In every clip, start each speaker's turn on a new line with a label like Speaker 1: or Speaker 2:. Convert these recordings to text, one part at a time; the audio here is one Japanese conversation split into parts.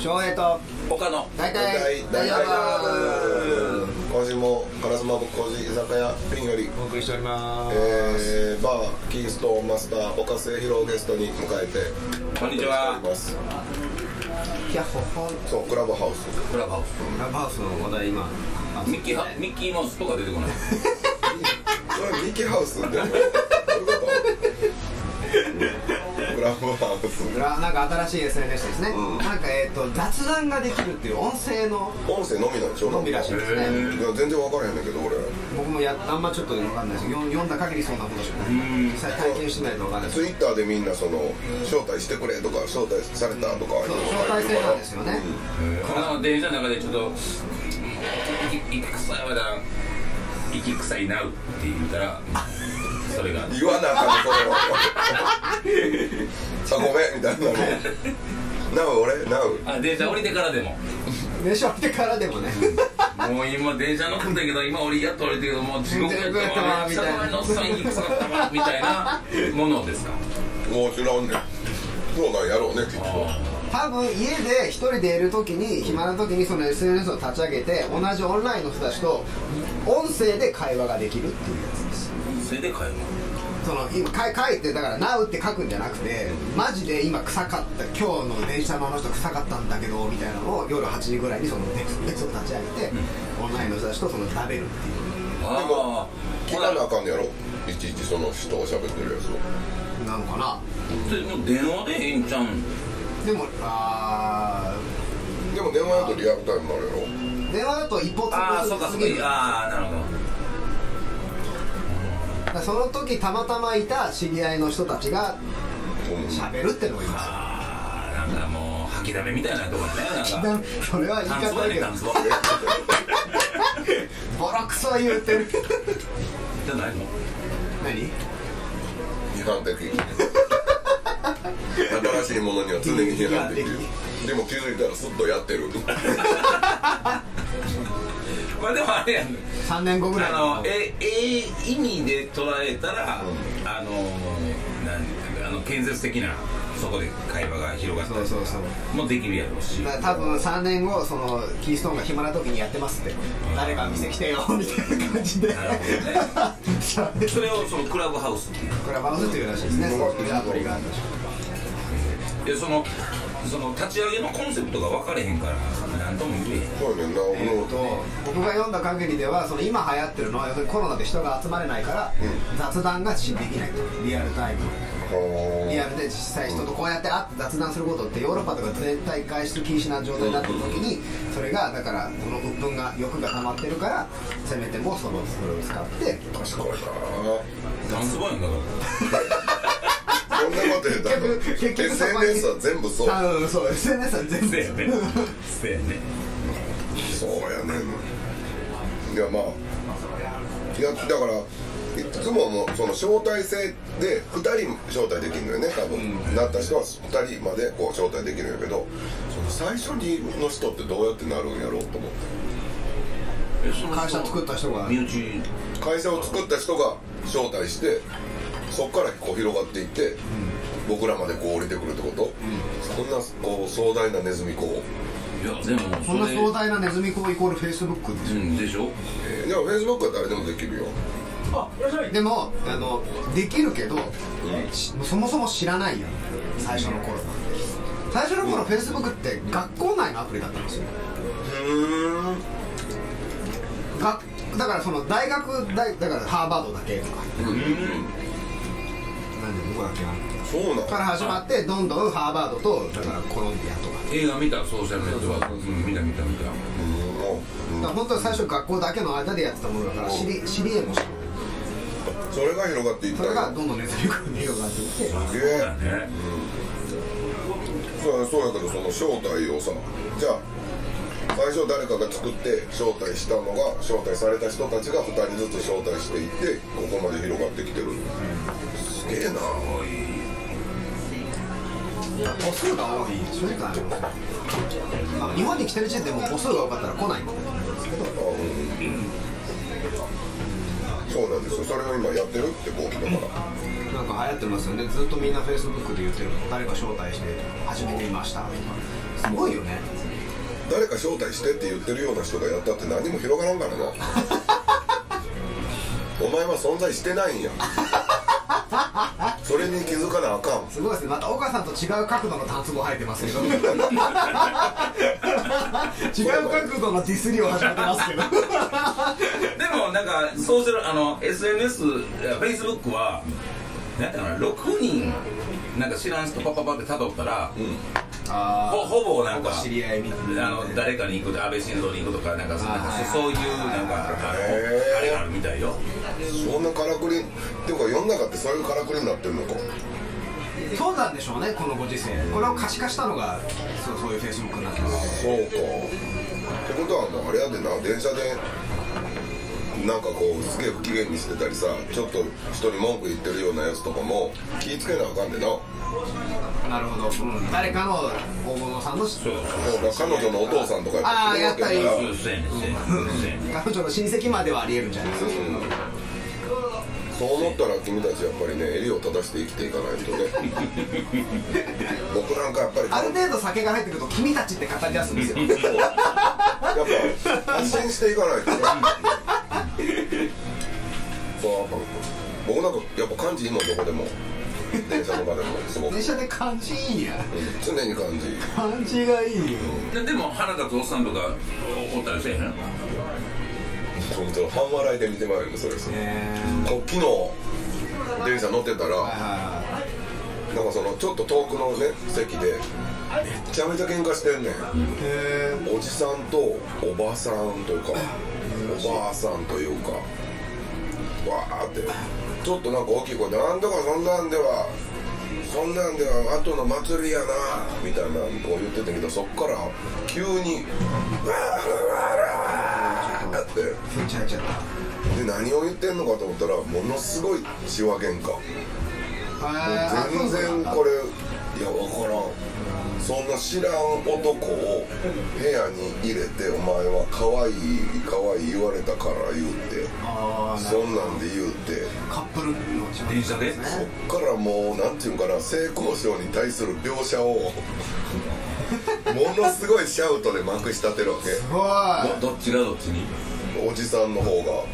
Speaker 1: 翔平と
Speaker 2: 他の
Speaker 1: 大
Speaker 3: 大体
Speaker 1: 体
Speaker 3: 大
Speaker 1: 大丈夫
Speaker 3: 夫今週も烏丸木工事居酒屋ピンより、
Speaker 1: お送りしております、
Speaker 3: えー、バーキーストーンマスター岡末宏をゲストに迎えて
Speaker 2: こんにち
Speaker 3: お
Speaker 2: は
Speaker 3: ります
Speaker 1: キャッホホ
Speaker 3: そうクラブハウス
Speaker 2: クラブハウス
Speaker 1: ラブハウスの話題今
Speaker 2: ミッキーハミッキーマウスとか出てこない
Speaker 3: それミキハウス ってどういうことクラブハウス
Speaker 1: 裏なんか新しい SNS ですね、
Speaker 3: うん
Speaker 1: なんかえっ、と雑談ができるっていう音声の
Speaker 3: 音声のみなんでしょ
Speaker 1: のみらしいですね、
Speaker 3: いや全然分からへんねんけど俺
Speaker 1: 僕もやあんまちょっと分かんないです読ん読んだ限りそんなことしかない実際体験してないと分かんないです
Speaker 3: ツイッターでみんなその招待してくれとか招待されたとか
Speaker 1: そう招待制なんですよね、
Speaker 2: この電車の中でちょっと「息臭いわだ息臭いなう」って言ったらそれが
Speaker 3: 言わなあかんねそれはあごめんみたいなのなう俺なう
Speaker 2: あ電車降りてからでも
Speaker 1: でしょってからでもね
Speaker 2: もう今電車乗ってんだけど今降りやっと降りてけどもう地獄やったわめっちゃ前のおっさん息臭かったわみたいなものですか
Speaker 3: もう知らんねんそうなんやろうねきっと
Speaker 1: 多分家で一人でいる時に暇な時にその SNS を立ち上げて同じオンラインの人たちと音声で会話ができるっていうやつです
Speaker 2: それで買えま
Speaker 1: その今か書いてだから「なう」って書くんじゃなくてマジで今臭かった今日の電車のあの人臭かったんだけどみたいなのを夜8時ぐらいにその熱を立ち上げてオンラインの人たちとその食べるっていう
Speaker 2: ああ
Speaker 3: 聞かなあかんねやろいちいちその人を喋ってるやつを
Speaker 1: なのかな
Speaker 2: それもう電話でええんちゃうん
Speaker 1: でもあ
Speaker 3: でも電話やとリアルタイムになるやろ
Speaker 1: ー電話だと一方
Speaker 2: ああ
Speaker 1: 通
Speaker 2: そうか
Speaker 1: 行す
Speaker 2: そうか
Speaker 1: ぎるだ
Speaker 2: ああなるほど
Speaker 1: からその時たまたまいた知り合いの人たちが喋るってのがいいんですよ
Speaker 2: ああなんかもう吐きだめみたいなとこねな
Speaker 1: なん
Speaker 2: か
Speaker 1: それは言い
Speaker 2: 炭素
Speaker 1: 方
Speaker 2: だ
Speaker 1: だ
Speaker 2: ね
Speaker 1: けど
Speaker 2: 炭素
Speaker 1: ボロクソ言うてる
Speaker 2: じゃないの
Speaker 1: 何
Speaker 3: 批判的新しいものには常に批判的
Speaker 1: 批判
Speaker 3: でも気づいたらすっとやってる
Speaker 2: まあでもあれやん
Speaker 1: 3年後ぐらい
Speaker 2: あのえええ意味で捉えたら、あのなんていうかあの建設的なそこで会話が広がった
Speaker 1: そう
Speaker 2: り
Speaker 1: そうそう
Speaker 2: もできるやろうし
Speaker 1: だから多分3年後そのキーストーンが暇な時にやってますって誰か店来て よみたいな感じで
Speaker 2: なるほ
Speaker 1: 喋る
Speaker 2: それをそのクラブハウスっていう
Speaker 1: クラブハウスというらしいですね そういうアプリがあるらしい
Speaker 2: でそのその立ち上げのコンセプトが分かれへんから何とも言えへん
Speaker 3: そうやねんな俺
Speaker 1: え
Speaker 3: も
Speaker 1: っと僕が読んだ限りではその今流行ってるのは要するにコロナで人が集まれないから、雑談ができないとリアルタイム
Speaker 3: は
Speaker 1: リアルで実際人とこうやって会って雑談することってヨーロッパとか全体外出禁止な状態になってる時にそれがだからこの鬱憤が欲が溜まってるからせめてもそのそれを使って
Speaker 3: あ賢いなあ
Speaker 2: ダンスボーイのだから
Speaker 3: そんな こと言ったら
Speaker 1: 結局結局そこに
Speaker 3: SNS は全部そう
Speaker 1: あうんそう SNS は全
Speaker 2: せや
Speaker 1: 然
Speaker 2: ねせやね
Speaker 3: そうやねんいやまあいやだからいつももうその招待制で2人招待できるのよね多分、なった人は2人までこう招待できるんやけどその最初にの人ってどうやってなるんやろうと思って
Speaker 2: えその
Speaker 1: 会社作った人が
Speaker 2: 身内
Speaker 3: 会社を作った人が招待してそこからこう広がっていって、僕らまでこう降りてくるってこと、そんなこう壮大なネズミ子
Speaker 2: いやでも
Speaker 1: そんな
Speaker 2: れ
Speaker 1: 壮大なネズミ講イコールフェイスブックでし
Speaker 2: うんでしょ
Speaker 3: えーでもフェイスブックは誰でもできるよ
Speaker 2: あいらっしゃい
Speaker 1: ょでもあのできるけど、しそもそも知らないやん最初の頃は最初の頃フェイスブックって学校内のアプリだったんですよ
Speaker 3: うん
Speaker 1: がだからその大学大だからハーバードだけとかなんでどこだっけな
Speaker 3: そうなん
Speaker 1: から始まってどんどんハーバードとだからコロンビアとか
Speaker 2: 映画見たソーシャルネットワークうん見た見た見た
Speaker 3: もう
Speaker 1: だから本当は最初学校だけの間でやってたものだから知り知り得もしない
Speaker 3: それが広がっていった
Speaker 1: そ
Speaker 3: ん
Speaker 1: れが
Speaker 3: や
Speaker 1: どんどんネズミ国に広がっていっ
Speaker 3: す
Speaker 1: て
Speaker 3: げ
Speaker 2: そうだ
Speaker 3: え
Speaker 2: ね
Speaker 3: そうそうやけどその招待をさじゃあ最初誰かが作って招待したのが招待された人たちが2人ずつ招待していってここまで広がってきてるすげえな
Speaker 1: 歩数が多い正直あのあの日本に来てる時点でもう歩数が多かったら来ないんだけど
Speaker 3: あうんそうなんですよそれを今やってるってこうだから
Speaker 1: なんか流行ってますよねずっとみんなフェイスブックで言ってる誰か招待して始めてみましたとかすごいよね
Speaker 3: 誰か招待してって言ってるような人がやったって何も広がらんからなお前は存在してないんやそれに気づかなあかん
Speaker 1: すごいですねまた岡さんと違う角度の単語入ってますけ ど違う角度のディスりを始めてますけど
Speaker 2: でもなんかそうするあの SNS フェイスブックはなんていうのかな6人なんか知らん人パッパパって辿ったら、
Speaker 1: あ
Speaker 2: ほほぼなんか
Speaker 1: 知り合いみたい
Speaker 2: あの誰かに行くと安倍晋三に行くとかなんかそなんか
Speaker 1: はい
Speaker 2: そういうなんかあ
Speaker 3: へー
Speaker 2: のあれがあるみたいよ
Speaker 3: そんなからくりっていうか世の中ってそういうからくりになってんのか
Speaker 1: そうなんでしょうねこのご時世これを可視化したのがそうそういうフェイスブックになってます
Speaker 3: そうかってことはもうあれやでな電車でなんかこうすげえ不機嫌にしてたりさちょっと人に文句言ってるようなやつとかも気ぃつけなあかんでなも
Speaker 1: なるほど、うん、誰かの大物さんの
Speaker 2: そう
Speaker 3: うだから彼女のお父さんとか
Speaker 1: あー
Speaker 3: やってるわけ
Speaker 2: そうそうやねそうやねそうやね
Speaker 1: 彼女の親戚まではありえるんじゃないですか
Speaker 3: うんそう思ったら君たちやっぱりね襟を正して生きていかないとね僕なんかやっぱり
Speaker 1: ある程度酒が入ってくると君たちって語り出すんですよ
Speaker 3: やっぱ発信していかないとねそうやっぱ僕なんかやっぱ感じいいもんどこでも電車の場でもすごく
Speaker 1: 電車で感じいいや
Speaker 3: 常に感じいい
Speaker 1: 感じがいいよ
Speaker 2: ででも腹立つおっさんとかおったりせえへん
Speaker 3: 本当半笑いで見てまうよねそれですね
Speaker 1: え
Speaker 3: こう昨日電車乗ってたら
Speaker 1: ー、は
Speaker 3: なんかそのちょっと遠くのね席でめちゃめちゃ喧嘩してんねん
Speaker 1: いへえ
Speaker 3: おじさんとおばさんとかおばあさんというかわーってちょっとなんか大きい声で「なんとかそんなんではそんなんでは後の祭りやな」みたいなこう言ってたけどそっから急に「わーわーわーわーわーって
Speaker 1: ふんちゃいちゃった
Speaker 3: で何を言ってんのかと思ったらものすごい血は喧嘩
Speaker 1: あー
Speaker 3: 全然これいや分からんそんな知らん男を部屋に入れてお前は可愛い可愛い言われたから言うて
Speaker 1: あーな
Speaker 3: そんなんで言うて
Speaker 1: カップルの
Speaker 2: 電車で
Speaker 3: そっからもうなんていうんかな性交渉に対する描写をものすごいシャウトでまくし立てるわけ
Speaker 1: うわー
Speaker 2: どどっちがどっちに
Speaker 3: おじさんの方が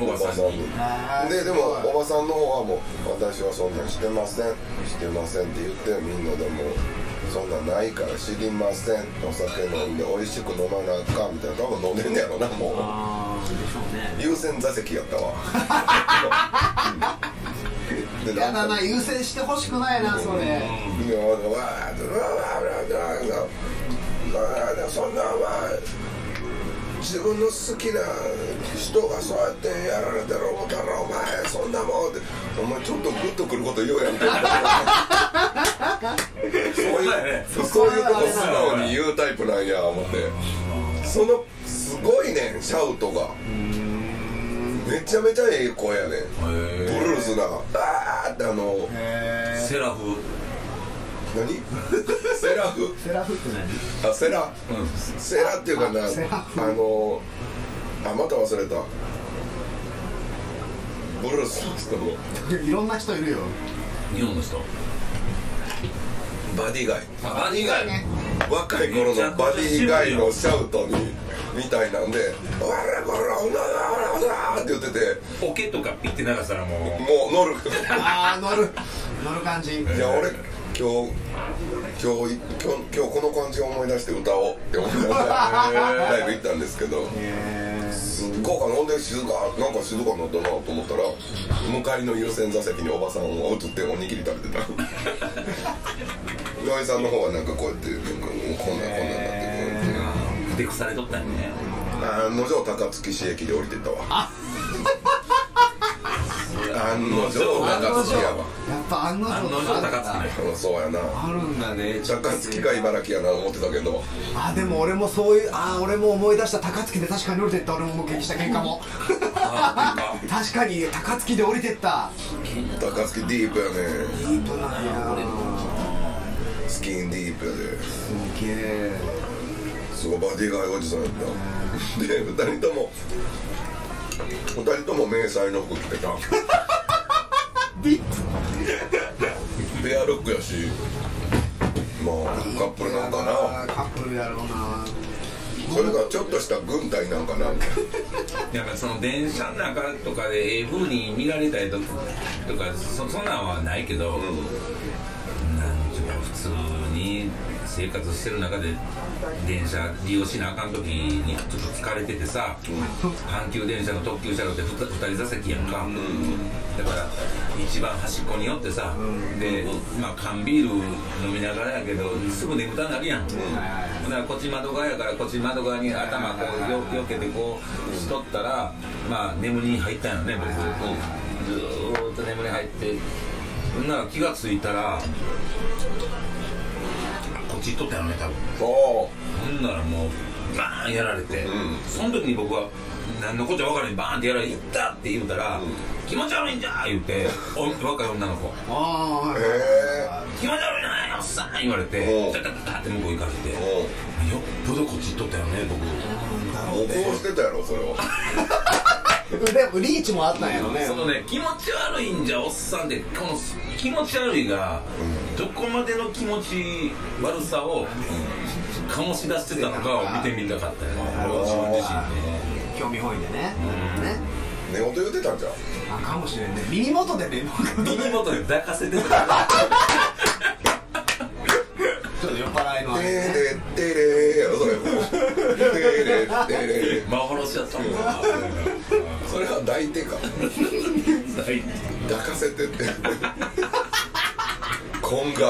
Speaker 2: おばさんに
Speaker 1: あー
Speaker 3: ですで
Speaker 1: ごい
Speaker 3: もおばさんの方はもう「私はそんなんしてませんしてません」って言ってみんなでもう「そんなんないから知りませんお酒飲んで美味しく飲まなあかん」みたいな多分飲んでんねやろなもう
Speaker 1: あーでしょうね
Speaker 3: 優先座席やった わうんで
Speaker 1: や
Speaker 3: んか
Speaker 1: だな優先してほしくないなそれ
Speaker 3: いやわーってわーってわーってわーってそんなんは自分の好きな人がそうやってやられてる思ったらお前そんなもんってお前ちょっとグッとくること言うやんけそういうそういうこと素直に言うタイプなんや思ってそのすごいねんシャウトがめちゃめちゃええ声やねんブ
Speaker 2: へ
Speaker 3: ルースなあーってあの
Speaker 2: えセラフ
Speaker 3: 何セラフ
Speaker 1: セラフって何
Speaker 3: あセラセラっていうかな
Speaker 1: あ
Speaker 3: あ
Speaker 1: セラ
Speaker 3: のあまた忘れたブルースの人の
Speaker 1: いろんな人いるよ
Speaker 2: 日本の人
Speaker 3: バディガイ
Speaker 2: バディ以外
Speaker 3: 若い頃のバディガイのシャウトにみたいなんで「おらこらおらおらおら」って言ってて
Speaker 2: ポケとかピッて流したらも
Speaker 3: もう乗 る
Speaker 1: ああ乗る乗る感じ
Speaker 3: いや俺今日今日い今日今日この感じを思い出して歌おうって思いながらライブ行ったんですけどすっごい飲んで静かなんか静かになったなと思ったら向かいの優先座席におばさんが映っておにぎり食べてた岩井さんの方はなんかこうやってなんかこんなんこんなんなってこうやって
Speaker 2: うふてくされとったんやね
Speaker 3: 案の定高槻市駅で降りてったわ案の定高槻やわ
Speaker 1: やっぱ案の
Speaker 2: 案の
Speaker 1: 定
Speaker 2: 定
Speaker 1: だ
Speaker 2: 高槻ね
Speaker 3: うんそうやな
Speaker 1: あるんだね
Speaker 3: 高槻か茨城やな思ってたけど
Speaker 1: あでも俺もそういうあ俺も思い出した高槻で確かに降りてった俺も目撃した喧嘩 も確かに高槻で降りてった
Speaker 3: 高槻ディープやね
Speaker 1: いいとなんや
Speaker 3: スキンディープやです
Speaker 1: げえ
Speaker 3: すごいバディガイおじさんやったで二人とも二人とも迷彩の服着てた
Speaker 1: ビッ
Speaker 3: ペアルックやしまあカップルなんかな
Speaker 1: カップるだろうな
Speaker 3: それかちょっとした軍隊なんかなんか
Speaker 2: なんかその電車の中とかでええ風に見られたりとかとかそそんなんはないけど、なんちゅうか普通に生活してる中で電車利用しなあかん時にちょっと疲れててさ、阪急電車の特急車両って 2, 人座席やんか、だから一番端っこに寄ってさ、で、まあ、缶ビール飲みながらやけどすぐ眠たなるやん、ほんならこっち窓側やからこっち窓側に頭こうよよけてこうしとったらまあ眠りに入ったんよね僕、ずーっと眠りに入ってほんなら気がついたらこっち行っとったよね多分
Speaker 3: お
Speaker 2: ほんならもうバーンやられて、
Speaker 3: ん
Speaker 2: その時に僕は何のこっちゃ分からへんバーンってやられて「行った!」って言うたら「気持ち悪いんじゃ!」言うてお若い女の子
Speaker 1: ああ、
Speaker 3: へえ
Speaker 2: 「気持ち悪いなおっさん!」言われ
Speaker 3: う
Speaker 2: て
Speaker 3: ん
Speaker 2: タタタタって向こう行かれてよ
Speaker 3: おう
Speaker 2: っぽどこっち行っとったよね僕
Speaker 3: おこうしてたやろそれを
Speaker 1: でもリーチもあったんやろね
Speaker 2: そのね気持ち悪いんじゃおっさんでこの気持ち悪いがどこまでの気持ち悪さを醸し出してたのかを見てみたかったよね俺は自分自身で。
Speaker 1: 興味本位でね,、ね
Speaker 3: 寝言言ってたんじゃん
Speaker 1: あかもしれんね耳元でね僕
Speaker 2: 耳元で抱かせてた
Speaker 1: ちょっと酔っ払いのあ
Speaker 3: テ
Speaker 1: れね
Speaker 3: レテレやろそれもうテレテレ
Speaker 2: 幻だったもんな
Speaker 3: それは抱いてか
Speaker 2: はい
Speaker 3: 抱かせてって懇願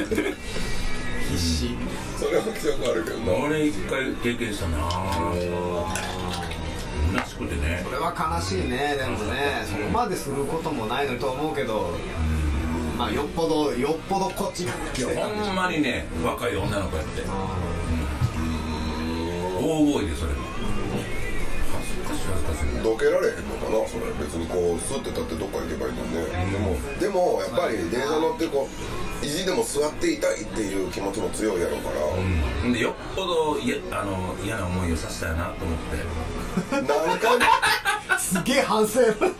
Speaker 1: 必死
Speaker 3: それは記憶あるけどな
Speaker 2: 俺一回経験したな虚しくてね
Speaker 1: これは悲しいねでもねそこまですることもないのと思うけどまあよっぽどよっぽどこっちが
Speaker 2: いやほんまにね若い女の子やって大声でそれも恥ずかしい恥ずかしい
Speaker 3: どけられへんのかなそれ別にこうスッて立ってどっか行けばいいのにねでもでもやっぱり電車乗ってこう意地でも座っていたいっていう気持ちも強いやろうから
Speaker 2: うんでよっぽどいやあの嫌な思いをさせたよなと思って
Speaker 3: 何回も
Speaker 1: すげえ反省なんか
Speaker 3: で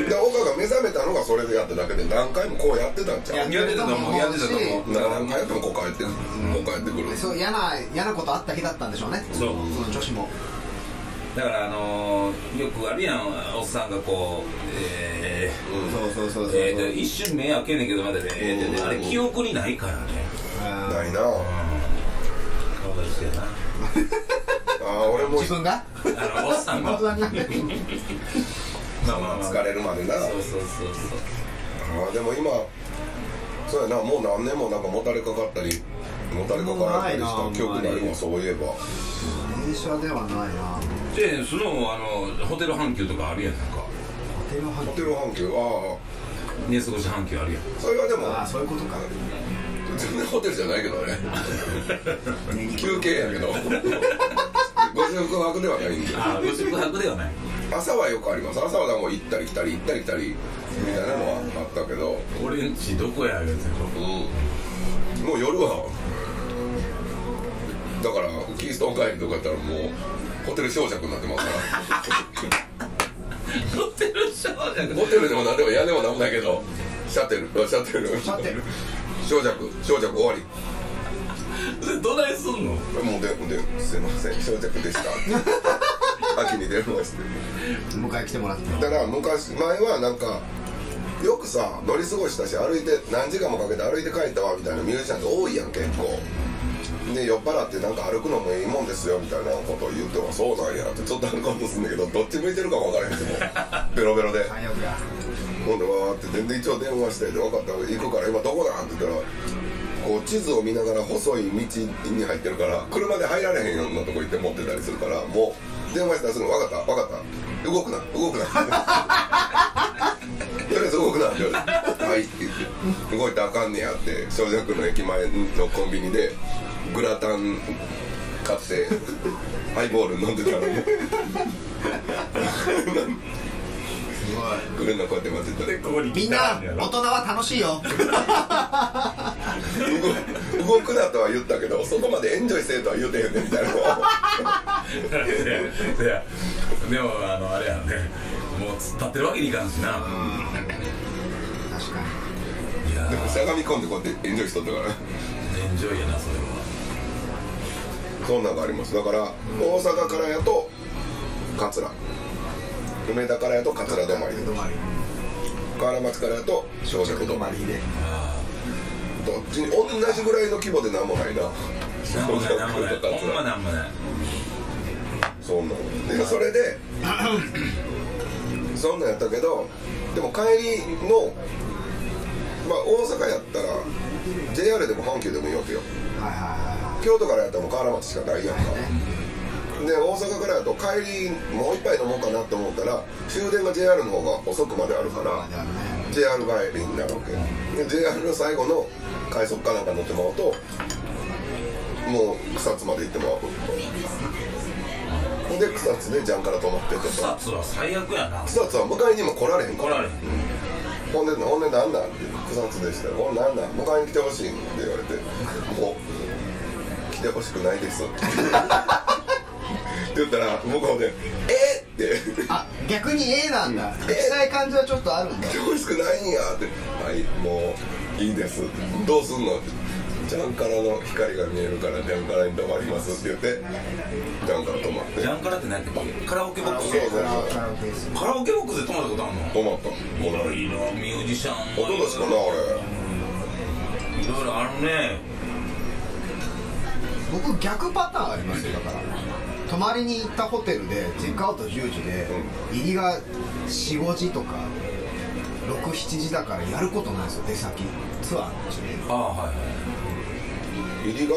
Speaker 3: 岡が目覚めたのがそれでやっただけで何回もこうやってたんちゃう
Speaker 1: やってたと思う
Speaker 2: やってたと思う
Speaker 3: 何回やってもこう帰ってくるこう帰ってくる
Speaker 1: そう嫌な嫌なことあった日だったんでしょうね
Speaker 2: そう
Speaker 1: の女子も
Speaker 2: だからあのよくあるやんおっさんがこうえー
Speaker 1: そうそうそうそう
Speaker 2: えーと一瞬目開けんねんけどまだね、えーとねあれ記憶にないからね
Speaker 1: うん
Speaker 3: ないなあ
Speaker 2: 顔出してな
Speaker 3: あ俺も
Speaker 1: 自分が
Speaker 2: あのおっさんが
Speaker 1: 自分が
Speaker 2: まあまあまあ
Speaker 3: 疲れるまでな
Speaker 2: そうそうそうそ
Speaker 3: あーでも今そうやなもう何年もなんかもたれかかったりもたれかかられたりした記憶があるわそういえば
Speaker 1: 電車ではないな
Speaker 2: うでそのあのホテル阪急とかあるやんなんか
Speaker 1: ホテルハ
Speaker 3: ホテル阪急あ
Speaker 2: 寝過ごし阪急あるやん
Speaker 3: あそれはでも
Speaker 1: ああそういうことか
Speaker 3: 全然ホテルじゃないけど ね休憩やけどご宿泊ではないんで
Speaker 2: ああご宿泊ではない
Speaker 3: 朝はよくあります朝はなんか行ったり来たり行ったり来たりみたいなのはあったけど
Speaker 2: 俺んちどこやるやつやろ
Speaker 3: うんもう夜はだからキーストン帰りとかやったらもうホテル商酌になってますから
Speaker 2: ホテル少女
Speaker 3: ホテルでも何でも屋でもなんもないけどシャテルあシャテル
Speaker 1: シャテル
Speaker 3: 小酌小酌終わり
Speaker 2: どないすんの
Speaker 3: もうでですいません小酌でした 秋に出まして
Speaker 1: 迎え来てもらって
Speaker 3: だから昔前はなんかよくさ乗り過ごしたし歩いて何時間もかけて歩いて帰ったわみたいなミュージシャンって多いやん結構で酔っ払ってなんか歩くのもいいもんですよみたいなことを言ってもそうなんやってちょっと反感もするんだけどどっち向いてるかも分からへんしもうベロベロで
Speaker 1: 体力が
Speaker 3: ほんでわーって全然一応電話して「で分かった行くから今どこだ?」って言ったらこう地図を見ながら細い道に入ってるから車で入られへんようなとこ行って持ってたりするからもう電話したらすぐ「分かった分かった動くな動くな」 とりあえず動くなって言われて「はい」って言って動いたらあかんねやって小学の駅前のコンビニでグラタン買って ハイボール飲んでたのに
Speaker 1: すご
Speaker 3: 来るのこうやって待ってたら
Speaker 2: ここに
Speaker 1: いみんな大人は楽しいよ
Speaker 3: 動動くなとは言ったけどそこまでエンジョイせえとは言うてへんねんみたいな
Speaker 2: でもあのあれやねもう突っ立ってるわけにいかんしな
Speaker 1: 確かに
Speaker 2: いや
Speaker 3: しゃがみ込んでこうやってエンジョイしとったから
Speaker 2: エンジョイやなそれは
Speaker 3: そんなんがありますだから大阪からやと桂梅田からやと桂止まり
Speaker 1: 止まり
Speaker 3: 河原町からやと小食止
Speaker 1: 止
Speaker 3: ま
Speaker 1: ま
Speaker 3: り
Speaker 1: りで
Speaker 3: どっちに同じぐらいの規模でなんもないな
Speaker 2: なんもないなんもない
Speaker 3: 小食と
Speaker 2: ほんま
Speaker 3: 桂
Speaker 2: なんもない
Speaker 3: そんなんでそれでそんなんやったけどでも帰りのまあ大阪やったら JR でも阪急でもいいわけよ
Speaker 1: はいは
Speaker 3: 京都からやったらもう河原町しかないやんか
Speaker 1: いはいはいね
Speaker 3: で大阪からやと帰りもう一杯飲もうかなと思ったら終電が JR の方が遅くまであるから
Speaker 1: まあではね
Speaker 3: JR 帰りになるわけで JR の最後の快速かなんか乗ってもらうともう草津まで行ってもらうで草津でジャンから泊まってて
Speaker 2: 草
Speaker 3: さ
Speaker 2: 津は最悪やな
Speaker 3: 草津は迎えにも来られへんか
Speaker 2: 来
Speaker 3: ら
Speaker 2: られへん
Speaker 3: ほんでほんでなんなんって草津でしたら「ほんでなんなん迎えに来てほしい」って言われて「もう来てほしくないです」って言ったら向こうで「えっ!」って
Speaker 1: あ逆に A なんだ行きたい感じはちょっとあるんだ
Speaker 3: 来てほしくないんやって「はいもういいですどうすんの?」って「ジャンカラの光が見えるからジャンカラに泊まります」って言ってジャンカラ泊まって
Speaker 2: ジャンカラって何やったっけカラオケボック
Speaker 3: そう
Speaker 2: ス
Speaker 3: そうそう
Speaker 1: カラオケです
Speaker 2: カラオケボックスで泊まったことあ
Speaker 3: 泊まった
Speaker 2: んのいろいろミュージシャン
Speaker 3: おととしかなあ
Speaker 2: いろいろあるね
Speaker 1: 僕逆パターンありますよだから泊まりに行ったホテルでチェックアウト10時で入りが45時とか67時だからやることないんですよ出先ツアーのうちで
Speaker 2: ああはいはい
Speaker 3: れ入りが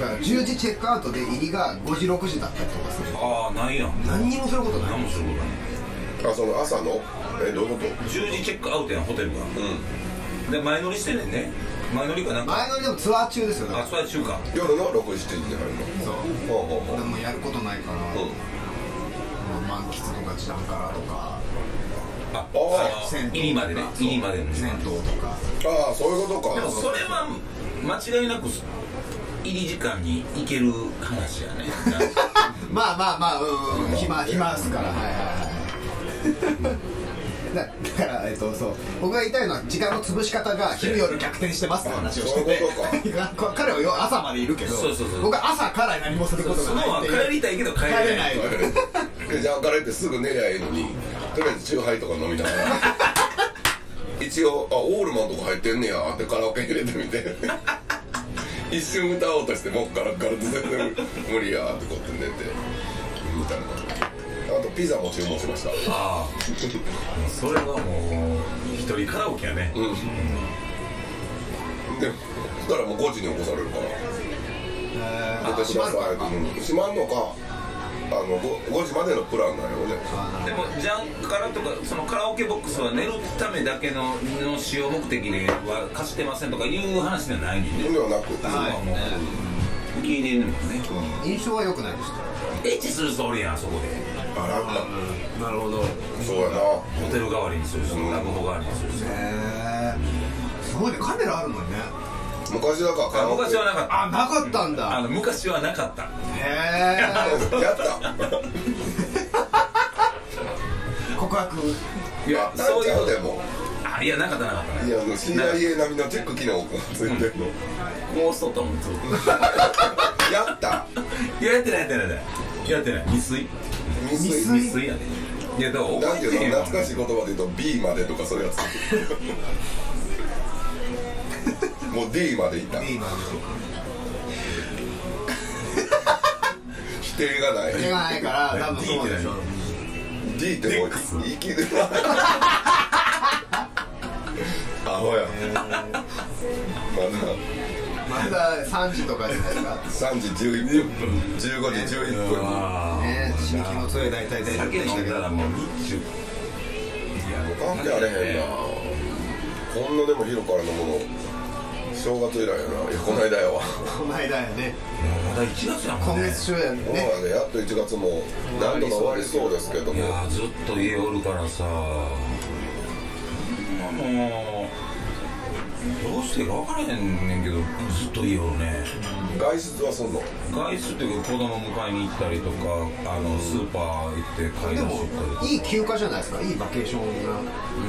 Speaker 1: だから10時チェックアウトで入りが5時6時だったりとかする
Speaker 2: ああないやん
Speaker 1: 何にもすることない
Speaker 2: 何もすることない
Speaker 3: あその朝のえどういうこと
Speaker 2: 10時チェックアウトやんホテルが
Speaker 3: うん
Speaker 2: で前乗りしてんねんね前乗りかなんか
Speaker 1: 前乗りでもツアー中ですよだか
Speaker 2: あ
Speaker 1: ら
Speaker 2: それは中華
Speaker 3: 夜の6時7時に入るの
Speaker 1: そう
Speaker 3: ほうほうほう
Speaker 1: でもやることないから、
Speaker 3: うん
Speaker 1: もう満喫とか時短からとか
Speaker 2: あ
Speaker 3: あ
Speaker 2: あ
Speaker 1: 銭湯とか
Speaker 2: 入りまでね
Speaker 1: そう
Speaker 2: 入りまでの
Speaker 1: 銭湯とか
Speaker 3: ああそういうことか
Speaker 2: でもそれは間違いなく入り時間に行ける話 やねなんか
Speaker 1: まあまあまあうんうん暇暇ですからはいはいはいだだから、えっと、そう僕が言いたいのは時間の潰し方が昼夜逆転してますって話をして
Speaker 3: あそういう
Speaker 1: て彼は夜朝までいるけど
Speaker 2: そうそうそう
Speaker 1: 僕は朝から何もする
Speaker 2: そ
Speaker 1: こ
Speaker 2: の
Speaker 1: とがないっていう
Speaker 2: 帰りたいけど帰
Speaker 1: 帰
Speaker 2: れ
Speaker 1: れ
Speaker 2: な
Speaker 1: ないい
Speaker 3: でじゃあから行ってすぐ寝りゃいいのにとりあえずチューハイとか飲みなが ら一応あオールマンとか入ってんねやってカラオケ入れてみて一瞬歌おうとしてもうガラッガラって全然無理やってこうやって寝てみたいなあとピザも注文しま した
Speaker 2: ああそれはもう一人カラオケやね
Speaker 3: うんでそしたらもう5時に起こされるから
Speaker 1: えー
Speaker 3: 出てしまうから閉まんのかあの 5, 時までのプランなんやろね
Speaker 2: でもジャンカラとかそのカラオケボックスは寝るためだけのの使用目的では貸してませんとかいう話ではないんで
Speaker 3: ではなく、
Speaker 2: そこはもう受け入れるもんね
Speaker 1: 印象は良くないでし
Speaker 2: エッチする人おるやんあそこで
Speaker 3: あらった
Speaker 1: たなるほど
Speaker 3: そうやな
Speaker 2: ホテル代わりにする人落語代わりにする人
Speaker 1: へえすごいねカメラあるのにね
Speaker 3: 昔だからカ
Speaker 2: あ
Speaker 3: ラオケ
Speaker 2: 昔はなかった
Speaker 1: あなかったんだ
Speaker 2: あの昔はなかった
Speaker 1: へえ
Speaker 3: やった
Speaker 1: 告白
Speaker 2: い
Speaker 3: やったんちゃうでも
Speaker 2: あいやなかったなかった
Speaker 3: いやあの CIA 並みのチェック機能がついてるの
Speaker 2: もうしとったもんずっ
Speaker 3: やった
Speaker 2: といややってないやってないやってないやってない未遂
Speaker 3: 未
Speaker 1: 未
Speaker 3: 遂
Speaker 2: 未遂やねいやだから
Speaker 3: なんて
Speaker 2: 覚えて
Speaker 3: い
Speaker 2: へ
Speaker 3: うんの
Speaker 2: わ
Speaker 3: 懐かしい言葉で言うと B までとかそう いうやつもう D までいった
Speaker 1: いいな
Speaker 3: 否定がない
Speaker 1: 手がないから多分そうでしょ
Speaker 3: D ってもう生きるアホやまだ
Speaker 1: まだ3時とかじゃないですか
Speaker 3: 3時11分15時11分に
Speaker 2: ああ
Speaker 1: ね刺激の強い大体で
Speaker 2: 酒飲んだらもう日中い
Speaker 3: 関係あれへんなこんなでも昼から飲むの正月以来やないやこの間やわ
Speaker 1: この間やね
Speaker 2: まだ1月やもん
Speaker 1: 今
Speaker 2: ね
Speaker 1: 月中や
Speaker 3: そう
Speaker 1: ね
Speaker 3: やねやっと1月も何度か終わりそうですけど
Speaker 2: い
Speaker 3: も
Speaker 2: やーずっと家おるからさもうどうしてか分からへんねんけどずっと家おるね
Speaker 3: 外出はそんの
Speaker 2: 外出っていうか子供迎えに行ったりとかあのスーパー行って買い
Speaker 1: で
Speaker 2: 出し
Speaker 1: も
Speaker 2: 行ったり
Speaker 1: いい休暇じゃないですかいいバケーションが
Speaker 2: と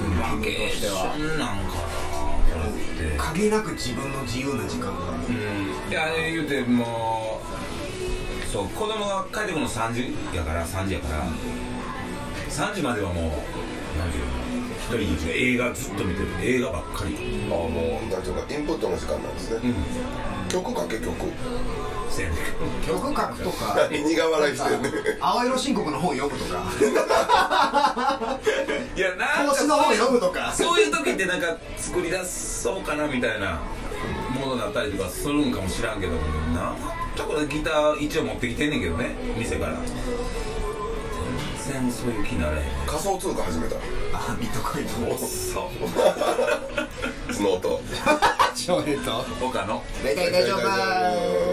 Speaker 2: か
Speaker 1: 自分としては
Speaker 2: そんなんかなって
Speaker 1: 限りなく自分の自由な時間が
Speaker 2: うんいや言うてもうそう子供が帰ってくるの3時やから3時やから3時まではもう何ていうの一人で映画ずっと見てる映画ばっかり
Speaker 3: あもうなんていうかインプットの時間なんですね、曲かけ曲
Speaker 2: せやねん
Speaker 1: 曲書くと か
Speaker 3: 苦笑いしてるね
Speaker 1: 青色申告の本読むとか
Speaker 2: いやなん
Speaker 1: 投
Speaker 2: か
Speaker 1: 資の本読むとか
Speaker 2: そういう時ってなんか作り出そうかなみたいなものだったりとかするんかもしらんけどなちょこでギター一応持ってきてんねんけどね店から全然そういう気になれへん
Speaker 3: 仮想通貨始めた
Speaker 1: あビットコイン
Speaker 2: おっ
Speaker 1: と
Speaker 2: そ
Speaker 3: スノート
Speaker 1: ちょえっと
Speaker 2: 他の
Speaker 1: 大体大丈夫